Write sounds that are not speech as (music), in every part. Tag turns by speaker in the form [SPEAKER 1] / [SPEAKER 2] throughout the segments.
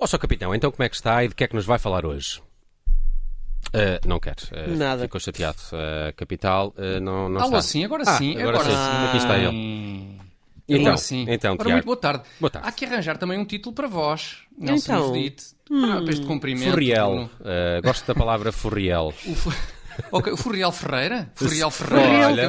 [SPEAKER 1] Ó, só capitão, então como é que está e de que é que nos vai falar hoje? Ah, não quer. Ah,
[SPEAKER 2] Nada.
[SPEAKER 1] Ficou chateado. Ah, capital, ah, não, não
[SPEAKER 3] Ah,
[SPEAKER 1] está.
[SPEAKER 3] assim, agora
[SPEAKER 1] Ah,
[SPEAKER 3] sim.
[SPEAKER 1] agora sim. Aqui está ele.
[SPEAKER 3] Sim.
[SPEAKER 1] Então,
[SPEAKER 3] Agora sim.
[SPEAKER 1] então,
[SPEAKER 3] Ora,
[SPEAKER 1] Tiago.
[SPEAKER 3] muito boa tarde.
[SPEAKER 1] Boa tarde.
[SPEAKER 3] Há que arranjar também um título para vós, Nelson
[SPEAKER 2] Então.
[SPEAKER 3] então, Ah, para este cumprimento.
[SPEAKER 1] Furriel.
[SPEAKER 3] Bruno.
[SPEAKER 1] Ah, gosto da palavra furriel.
[SPEAKER 3] O, fu... (laughs) Ok, o Furriel Ferreira? Furriel Ferreira.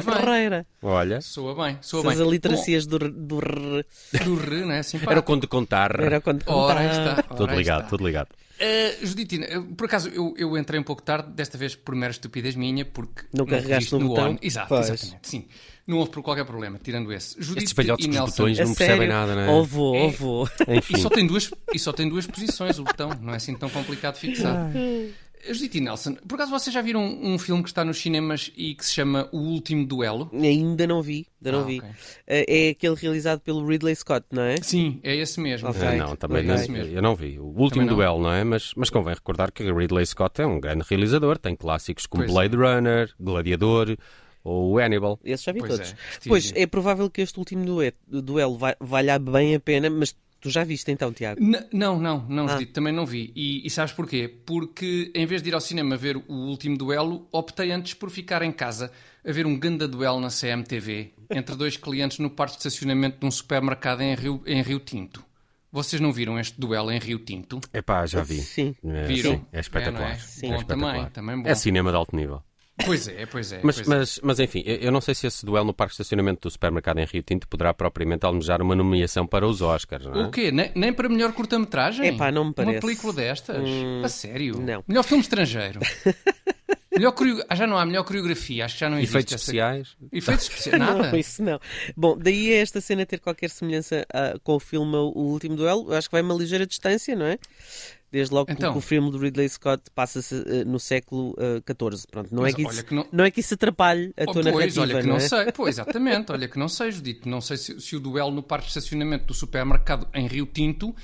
[SPEAKER 2] Ferreira.
[SPEAKER 1] Olha.
[SPEAKER 3] Soa bem.
[SPEAKER 2] Ferreira.
[SPEAKER 1] Olha.
[SPEAKER 3] Soa bem, soa bem.
[SPEAKER 2] Essas aliteracias do, r- do r-
[SPEAKER 3] Bom, do re, não é? Simpático.
[SPEAKER 1] Era o conto de contar.
[SPEAKER 2] Era quando.
[SPEAKER 3] Ora, aí está. ora,
[SPEAKER 4] Tudo
[SPEAKER 3] aí
[SPEAKER 4] ligado,
[SPEAKER 3] está.
[SPEAKER 4] tudo ligado.
[SPEAKER 1] Ah,
[SPEAKER 3] Uh, Juditina, eu- por acaso eu, eu entrei um pouco tarde, desta vez por mera estupidez minha, porque
[SPEAKER 2] Não carregaste
[SPEAKER 3] registro
[SPEAKER 2] no botão?
[SPEAKER 3] On. Exato,
[SPEAKER 2] Pois.
[SPEAKER 3] exatamente. Sim. Não houve por qualquer problema, tirando esse.
[SPEAKER 1] Estes
[SPEAKER 3] Judite
[SPEAKER 1] velhotes
[SPEAKER 3] e
[SPEAKER 1] com os
[SPEAKER 3] Nelson.
[SPEAKER 1] botões
[SPEAKER 2] A
[SPEAKER 1] não
[SPEAKER 2] sério?
[SPEAKER 1] percebem nada, não é?
[SPEAKER 2] Ou vou, ou vou. (laughs)
[SPEAKER 3] E
[SPEAKER 1] Enfim.
[SPEAKER 3] só, tem duas, e só tem duas posições o botão, não é assim tão complicado de fixar. Judite e Nelson, por acaso vocês já viram um filme que está nos cinemas e que se chama O Último Duelo?
[SPEAKER 2] Ainda não vi, ainda não
[SPEAKER 3] Ah,
[SPEAKER 2] vi.
[SPEAKER 3] ok.
[SPEAKER 2] Eh, É aquele realizado pelo Ridley Scott, não é?
[SPEAKER 3] Sim, é esse mesmo.
[SPEAKER 2] Ok.
[SPEAKER 1] Ah, não, também
[SPEAKER 2] Legal.
[SPEAKER 1] não, eu não vi. O último
[SPEAKER 3] é, Também não?
[SPEAKER 1] duelo, não é? Mas, mas convém recordar que Ridley Scott é um grande realizador. Tem clássicos como
[SPEAKER 3] Pois é.
[SPEAKER 1] Blade Runner, Gladiador ou Hannibal.
[SPEAKER 2] Esse já vi
[SPEAKER 3] Pois
[SPEAKER 2] todos.
[SPEAKER 3] é, estive.
[SPEAKER 2] pois é provável que este último dueto- duelo vai, valha bem a pena, mas tu já viste então, Tiago?
[SPEAKER 3] N- Não, não, não,
[SPEAKER 2] Ah.
[SPEAKER 3] Judite, também não vi. E, e sabes porquê? Porque em vez de ir ao cinema ver o último duelo, optei antes por ficar em casa a ver um ganda duelo na CMTV entre dois clientes no parque de estacionamento de um supermercado em Rio, em Rio Tinto. Vocês não viram este duelo em Rio Tinto?
[SPEAKER 1] Epá, já vi.
[SPEAKER 2] Sim.
[SPEAKER 1] É,
[SPEAKER 3] Viram?
[SPEAKER 1] sim, é espetacular.
[SPEAKER 3] É, não é?
[SPEAKER 1] Sim.
[SPEAKER 3] Bom,
[SPEAKER 1] espetacular.
[SPEAKER 3] também, também bom.
[SPEAKER 1] É cinema de alto nível.
[SPEAKER 3] Pois é, pois é.
[SPEAKER 1] Mas,
[SPEAKER 3] pois é.
[SPEAKER 1] mas, mas enfim, eu- eu não sei se esse duelo no parque de estacionamento do supermercado em Rio Tinto poderá propriamente almejar uma nomeação para os Oscars, não é?
[SPEAKER 3] O quê? Nem, nem para melhor curta-metragem?
[SPEAKER 2] Epá, não me parece. Hum,
[SPEAKER 3] Uma película destas? A sério?
[SPEAKER 2] não.
[SPEAKER 3] Melhor
[SPEAKER 2] (laughs)
[SPEAKER 3] filme estrangeiro? melhor coreo- ah, Já não há melhor coreografia, acho que já não existe.
[SPEAKER 1] Efeitos
[SPEAKER 3] essa-
[SPEAKER 1] especiais?
[SPEAKER 3] Efeitos especiais?
[SPEAKER 2] (laughs)
[SPEAKER 3] Nada?
[SPEAKER 2] Não, isso não. Bom, daí é esta cena ter qualquer semelhança ah, com o filme O Último Duelo. Eu acho que vai uma ligeira distância, não é? Desde logo que-
[SPEAKER 3] Então.
[SPEAKER 2] que o filme do Ridley Scott passa-se ah, no século ah, XIV. Pronto, não
[SPEAKER 3] Mas
[SPEAKER 2] é, que
[SPEAKER 3] olha
[SPEAKER 2] isso,
[SPEAKER 3] que não-
[SPEAKER 2] é que isso atrapalhe a
[SPEAKER 3] Oh,
[SPEAKER 2] tua
[SPEAKER 3] pois,
[SPEAKER 2] narrativa,
[SPEAKER 3] olha que
[SPEAKER 2] não
[SPEAKER 3] não
[SPEAKER 2] é?
[SPEAKER 3] sei. Pois, exatamente. Olha que não sei, Judito. Não sei se, se o duelo no parque de estacionamento do supermercado em Rio Tinto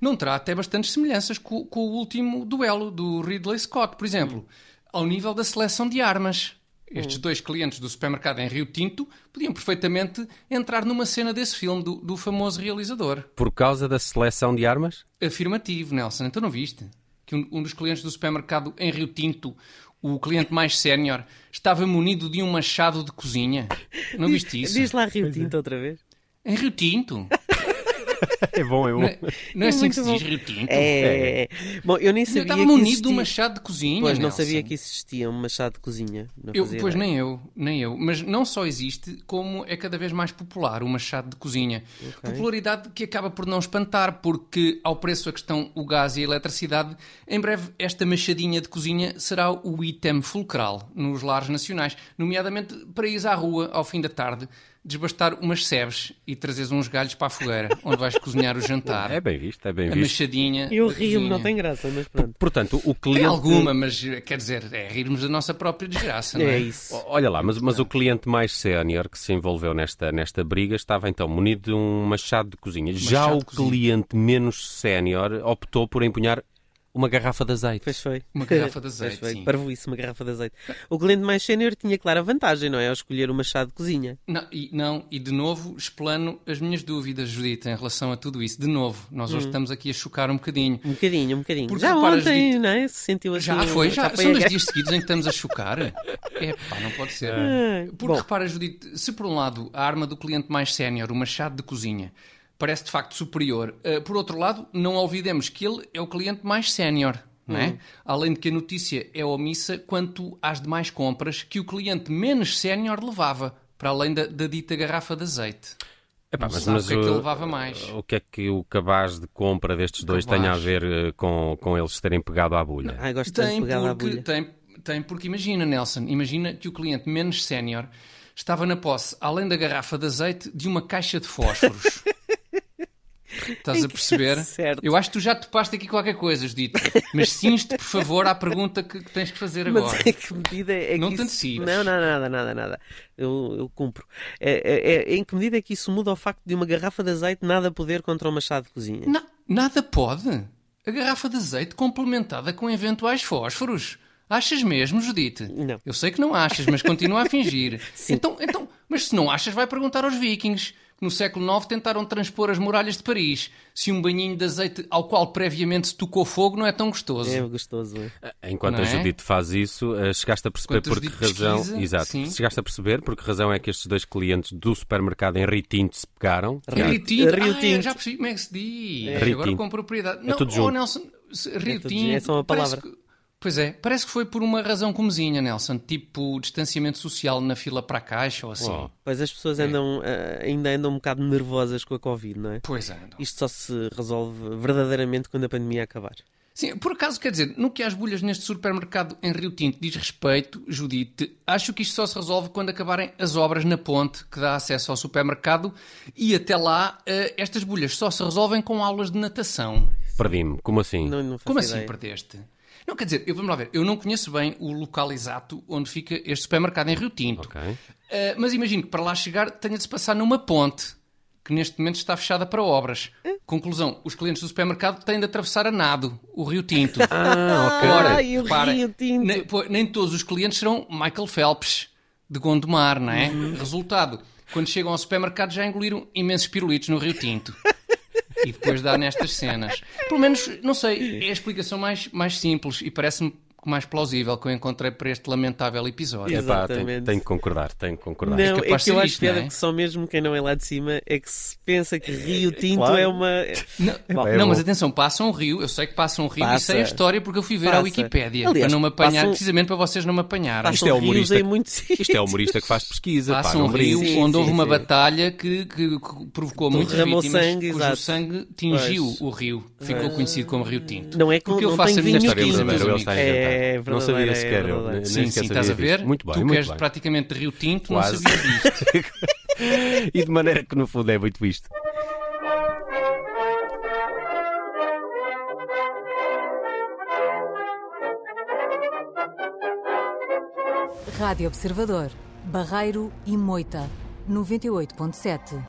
[SPEAKER 3] não terá até bastantes semelhanças co- com, o último duelo do Ridley Scott, por exemplo, ao nível da seleção de armas. Estes dois clientes do supermercado em Rio Tinto podiam perfeitamente entrar numa cena desse filme do, do famoso realizador.
[SPEAKER 1] Por causa da seleção de armas?
[SPEAKER 3] Afirmativo, Nelson. Então não viste? Que um, um dos clientes do supermercado em Rio Tinto, o cliente mais sénior, estava munido de um machado de cozinha. Não viste isso?
[SPEAKER 2] Diz lá Rio Tinto outra vez.
[SPEAKER 3] Em Rio Tinto?
[SPEAKER 4] (laughs) É bom, é
[SPEAKER 3] Não é, não é assim que
[SPEAKER 2] muito
[SPEAKER 3] se
[SPEAKER 2] bom.
[SPEAKER 3] diz Rio Tinto?
[SPEAKER 2] É. Bom, eu nem
[SPEAKER 3] Eu
[SPEAKER 2] sabia
[SPEAKER 3] estava
[SPEAKER 2] que
[SPEAKER 3] munido de um
[SPEAKER 2] existia-
[SPEAKER 3] machado de cozinha.
[SPEAKER 2] Pois, não
[SPEAKER 3] Nelson.
[SPEAKER 2] sabia que existia um machado de cozinha. Não
[SPEAKER 3] Eu,
[SPEAKER 2] fazia
[SPEAKER 3] pois
[SPEAKER 2] ideia.
[SPEAKER 3] nem eu, nem eu. Mas não só existe, como é cada vez mais popular o machado de cozinha. Popularidade que acaba por não espantar, porque ao preço a que estão o gás e a eletricidade, em breve esta machadinha de cozinha será o item fulcral nos lares nacionais, nomeadamente para ires à rua ao fim da tarde, desbastar umas sebes e trazeres uns galhos para a fogueira, (laughs) onde vais cozinhar o jantar.
[SPEAKER 1] É bem visto, é bem
[SPEAKER 3] a
[SPEAKER 1] visto.
[SPEAKER 3] machadinha.
[SPEAKER 2] Eu
[SPEAKER 3] da
[SPEAKER 2] rio, não
[SPEAKER 3] cozinha.
[SPEAKER 2] tem graça, mas pronto.
[SPEAKER 1] Portanto, o
[SPEAKER 3] Tem
[SPEAKER 1] cliente...
[SPEAKER 3] alguma, mas quer dizer, é rirmos da nossa própria desgraça, não
[SPEAKER 2] É
[SPEAKER 3] é?
[SPEAKER 2] isso.
[SPEAKER 1] O- Olha lá, mas, mas o cliente mais sénior que se envolveu nesta, nesta briga estava então munido de um machado de cozinha. Já
[SPEAKER 3] Machado
[SPEAKER 1] o
[SPEAKER 3] de cozinha.
[SPEAKER 1] cliente menos sénior optou por empunhar uma garrafa de azeite.
[SPEAKER 2] Pois foi.
[SPEAKER 3] Uma garrafa de azeite,
[SPEAKER 2] (laughs) Pois foi.
[SPEAKER 3] sim.
[SPEAKER 2] Parvoíce, uma garrafa de azeite. O cliente mais sénior tinha clara vantagem, não é? Ao escolher o machado de cozinha.
[SPEAKER 3] Não e, não, e de novo explano as minhas dúvidas, Judita, em relação a tudo isso. De novo, nós
[SPEAKER 2] Hum.
[SPEAKER 3] hoje estamos aqui a chocar um bocadinho.
[SPEAKER 2] Um bocadinho, um bocadinho.
[SPEAKER 3] Porque
[SPEAKER 2] já
[SPEAKER 3] reparas,
[SPEAKER 2] ontem,
[SPEAKER 3] Dito-
[SPEAKER 2] não é? Se sentiu assim.
[SPEAKER 3] Já foi, já,
[SPEAKER 2] foi
[SPEAKER 3] são
[SPEAKER 2] a
[SPEAKER 3] dois
[SPEAKER 2] guerra.
[SPEAKER 3] dias seguidos em que estamos a
[SPEAKER 2] (laughs)
[SPEAKER 3] chocar. É pá, não pode ser.
[SPEAKER 2] É.
[SPEAKER 3] Porque
[SPEAKER 2] Bom.
[SPEAKER 3] repara, Judite, se por um lado a arma do cliente mais sénior, o machado de cozinha, parece de facto superior, eh, por outro lado, não olvidemos que ele é o cliente mais sénior. Não
[SPEAKER 2] Hum.
[SPEAKER 3] é? Além de que a notícia é omissa quanto às demais compras que o cliente menos sénior levava, para além da, da dita garrafa de azeite.
[SPEAKER 1] Epá,
[SPEAKER 3] Não se sabe o que é que ele levava mais.
[SPEAKER 1] O que é que o cabaz de compra destes dois
[SPEAKER 3] Cabaz. é?
[SPEAKER 1] tem a ver eh, com, com eles terem pegado à bolha?
[SPEAKER 2] Ai, gosto tanto de
[SPEAKER 3] Tem
[SPEAKER 2] pegar lá a
[SPEAKER 3] porque,
[SPEAKER 2] bolha.
[SPEAKER 3] tem, tem porque imagina, Nelson, imagina que o cliente menos sénior estava na posse, além da garrafa de azeite, de uma caixa
[SPEAKER 2] (laughs)
[SPEAKER 3] de fósforos. Estás a perceber?
[SPEAKER 2] Certo.
[SPEAKER 3] Eu acho que tu já topaste aqui qualquer coisa, Judito. Mas cinste, por favor, à pergunta que, que tens que fazer agora.
[SPEAKER 2] Mas é que medida é
[SPEAKER 3] Não
[SPEAKER 2] que
[SPEAKER 3] te
[SPEAKER 2] isso...
[SPEAKER 3] antecipes.
[SPEAKER 2] Não, não, nada, nada, nada. Eu, eu cumpro. É, é- é- em que medida é que isso muda ao facto de uma garrafa de azeite nada poder contra um machado de cozinha?
[SPEAKER 3] Na- nada pode. A garrafa de azeite complementada com eventuais fósforos. Achas mesmo, Judite?
[SPEAKER 2] Não. (laughs)
[SPEAKER 3] Eu sei que não achas, mas continua a fingir. Então, então, mas se não achas, vai perguntar aos vikings. no século IX tentaram transpor as muralhas de Paris. Se um banhinho de azeite ao qual previamente se tocou fogo não é tão gostoso.
[SPEAKER 2] É gostoso, é.
[SPEAKER 1] Eh, Enquanto
[SPEAKER 3] Não
[SPEAKER 1] a
[SPEAKER 3] é?
[SPEAKER 1] Judite faz isso, eh, chegaste a perceber
[SPEAKER 3] Enquanto a
[SPEAKER 1] por que
[SPEAKER 3] Judite
[SPEAKER 1] razão.
[SPEAKER 3] pesquisa,
[SPEAKER 1] Exato.
[SPEAKER 3] sim.
[SPEAKER 1] Chegaste a perceber por que razão é que estes dois clientes do supermercado em Rio Tinto se pegaram.
[SPEAKER 3] Rio Tinto.
[SPEAKER 2] Rio
[SPEAKER 3] ah,
[SPEAKER 2] Tinto.
[SPEAKER 3] já percebi como é que se diz.
[SPEAKER 1] É. Rio
[SPEAKER 3] Agora
[SPEAKER 1] Tinto.
[SPEAKER 3] com propriedade.
[SPEAKER 1] É tudo
[SPEAKER 3] oh,
[SPEAKER 1] junto.
[SPEAKER 3] Nelson, se- Rio
[SPEAKER 2] tudo junto,
[SPEAKER 3] Tinto.
[SPEAKER 2] é só uma
[SPEAKER 3] parece
[SPEAKER 2] palavra.
[SPEAKER 3] que- pois é, parece que foi por uma razão comezinha, Nelson. Tipo distanciamento social na fila para a caixa ou assim.
[SPEAKER 1] Oh.
[SPEAKER 2] Pois as pessoas andam, ah, ainda andam um bocado nervosas com a Covid, não é?
[SPEAKER 3] Pois é. não.
[SPEAKER 2] Isto só se resolve verdadeiramente quando a pandemia acabar.
[SPEAKER 3] Sim, por acaso, quer dizer, no que às bolhas neste supermercado em Rio Tinto diz respeito, Judite, acho que isto só se resolve quando acabarem as obras na ponte que dá acesso ao supermercado e até lá eh, estas bolhas só se resolvem com aulas de natação.
[SPEAKER 1] Perdi-me. Como assim?
[SPEAKER 2] Não, não faço
[SPEAKER 3] Como
[SPEAKER 2] ideia.
[SPEAKER 3] assim perdeste? Não, quer dizer, eu, vamos lá ver, eu não conheço bem o local exato onde fica este supermercado em Rio Tinto.
[SPEAKER 1] Ok.
[SPEAKER 3] Ah, mas imagino que para lá chegar tenha de se passar numa ponte que neste momento está fechada para obras. Conclusão, os clientes do supermercado têm de atravessar a nado o Rio Tinto.
[SPEAKER 1] Ah, ok.
[SPEAKER 3] Ora,
[SPEAKER 2] Ai, o
[SPEAKER 3] reparem,
[SPEAKER 2] Rio Tinto.
[SPEAKER 3] Nem, pô, nem todos os clientes serão Michael Phelps de Gondomar, não é?
[SPEAKER 2] Uhum.
[SPEAKER 3] Resultado, quando chegam ao supermercado já engoliram imensos pirulitos no Rio Tinto. E depois dá nestas cenas. Pelo menos, não sei, é a explicação mais, mais simples e parece-me mais plausível que eu encontrei para este lamentável episódio.
[SPEAKER 1] Epá, tenho,
[SPEAKER 2] Exatamente.
[SPEAKER 1] tenho que concordar, tenho que concordar.
[SPEAKER 2] Não, é
[SPEAKER 3] capaz de
[SPEAKER 2] que eu
[SPEAKER 3] ser
[SPEAKER 2] acho
[SPEAKER 3] isto,
[SPEAKER 2] piada
[SPEAKER 3] não é?
[SPEAKER 2] que só mesmo quem não é lá de cima é que se pensa que Rio Tinto
[SPEAKER 4] claro.
[SPEAKER 2] é uma.
[SPEAKER 3] Não,
[SPEAKER 2] Bom,
[SPEAKER 4] é
[SPEAKER 3] não,
[SPEAKER 4] bom.
[SPEAKER 3] mas atenção, passam o rio, eu sei que passam o rio
[SPEAKER 2] Passa.
[SPEAKER 3] e sei a história porque eu fui ver a
[SPEAKER 2] Passa.
[SPEAKER 3] Wikipédia
[SPEAKER 2] Aliás, um
[SPEAKER 3] para não me apanhar,
[SPEAKER 2] passam-
[SPEAKER 3] precisamente para vocês não me apanharem.
[SPEAKER 2] Passam
[SPEAKER 1] é
[SPEAKER 2] rios
[SPEAKER 1] humorista
[SPEAKER 2] em
[SPEAKER 1] que-
[SPEAKER 2] muitos
[SPEAKER 1] Isto é humorista que faz pesquisa, pá,
[SPEAKER 3] Passa
[SPEAKER 1] não
[SPEAKER 3] um rio
[SPEAKER 1] brinques.
[SPEAKER 2] Sim,
[SPEAKER 3] onde
[SPEAKER 2] sim,
[SPEAKER 3] houve uma
[SPEAKER 2] sim.
[SPEAKER 3] batalha que, que- que provocou muitas
[SPEAKER 2] derramou
[SPEAKER 3] vítimas,
[SPEAKER 2] sangue,
[SPEAKER 3] cujo
[SPEAKER 2] exato.
[SPEAKER 3] sangue tingiu
[SPEAKER 2] Pois.
[SPEAKER 3] o rio. Ficou conhecido como Rio Tinto.
[SPEAKER 2] Não é que
[SPEAKER 3] O que eu
[SPEAKER 2] não
[SPEAKER 3] faço
[SPEAKER 2] tem
[SPEAKER 3] a minha
[SPEAKER 2] vinho
[SPEAKER 1] História
[SPEAKER 3] pesquisa,
[SPEAKER 2] tinto.
[SPEAKER 3] meus
[SPEAKER 1] verdadeira, ele está a
[SPEAKER 2] amigos.
[SPEAKER 1] inventar.
[SPEAKER 2] É
[SPEAKER 1] não sabia
[SPEAKER 2] verdadeira,
[SPEAKER 1] sequer.
[SPEAKER 2] é
[SPEAKER 1] eu
[SPEAKER 2] verdadeira.
[SPEAKER 1] nem
[SPEAKER 3] Sim,
[SPEAKER 1] sequer
[SPEAKER 3] sim,
[SPEAKER 1] sabia
[SPEAKER 3] estás a ver?
[SPEAKER 1] disto. Muito bem,
[SPEAKER 3] tu
[SPEAKER 1] muito
[SPEAKER 3] queres
[SPEAKER 1] bem.
[SPEAKER 3] praticamente de Rio Tinto,
[SPEAKER 1] Quase.
[SPEAKER 3] não sabias disto.
[SPEAKER 1] E de maneira que, no fundo, é muito isto.
[SPEAKER 5] Rádio Observador, Barreiro e Moita, 98.7.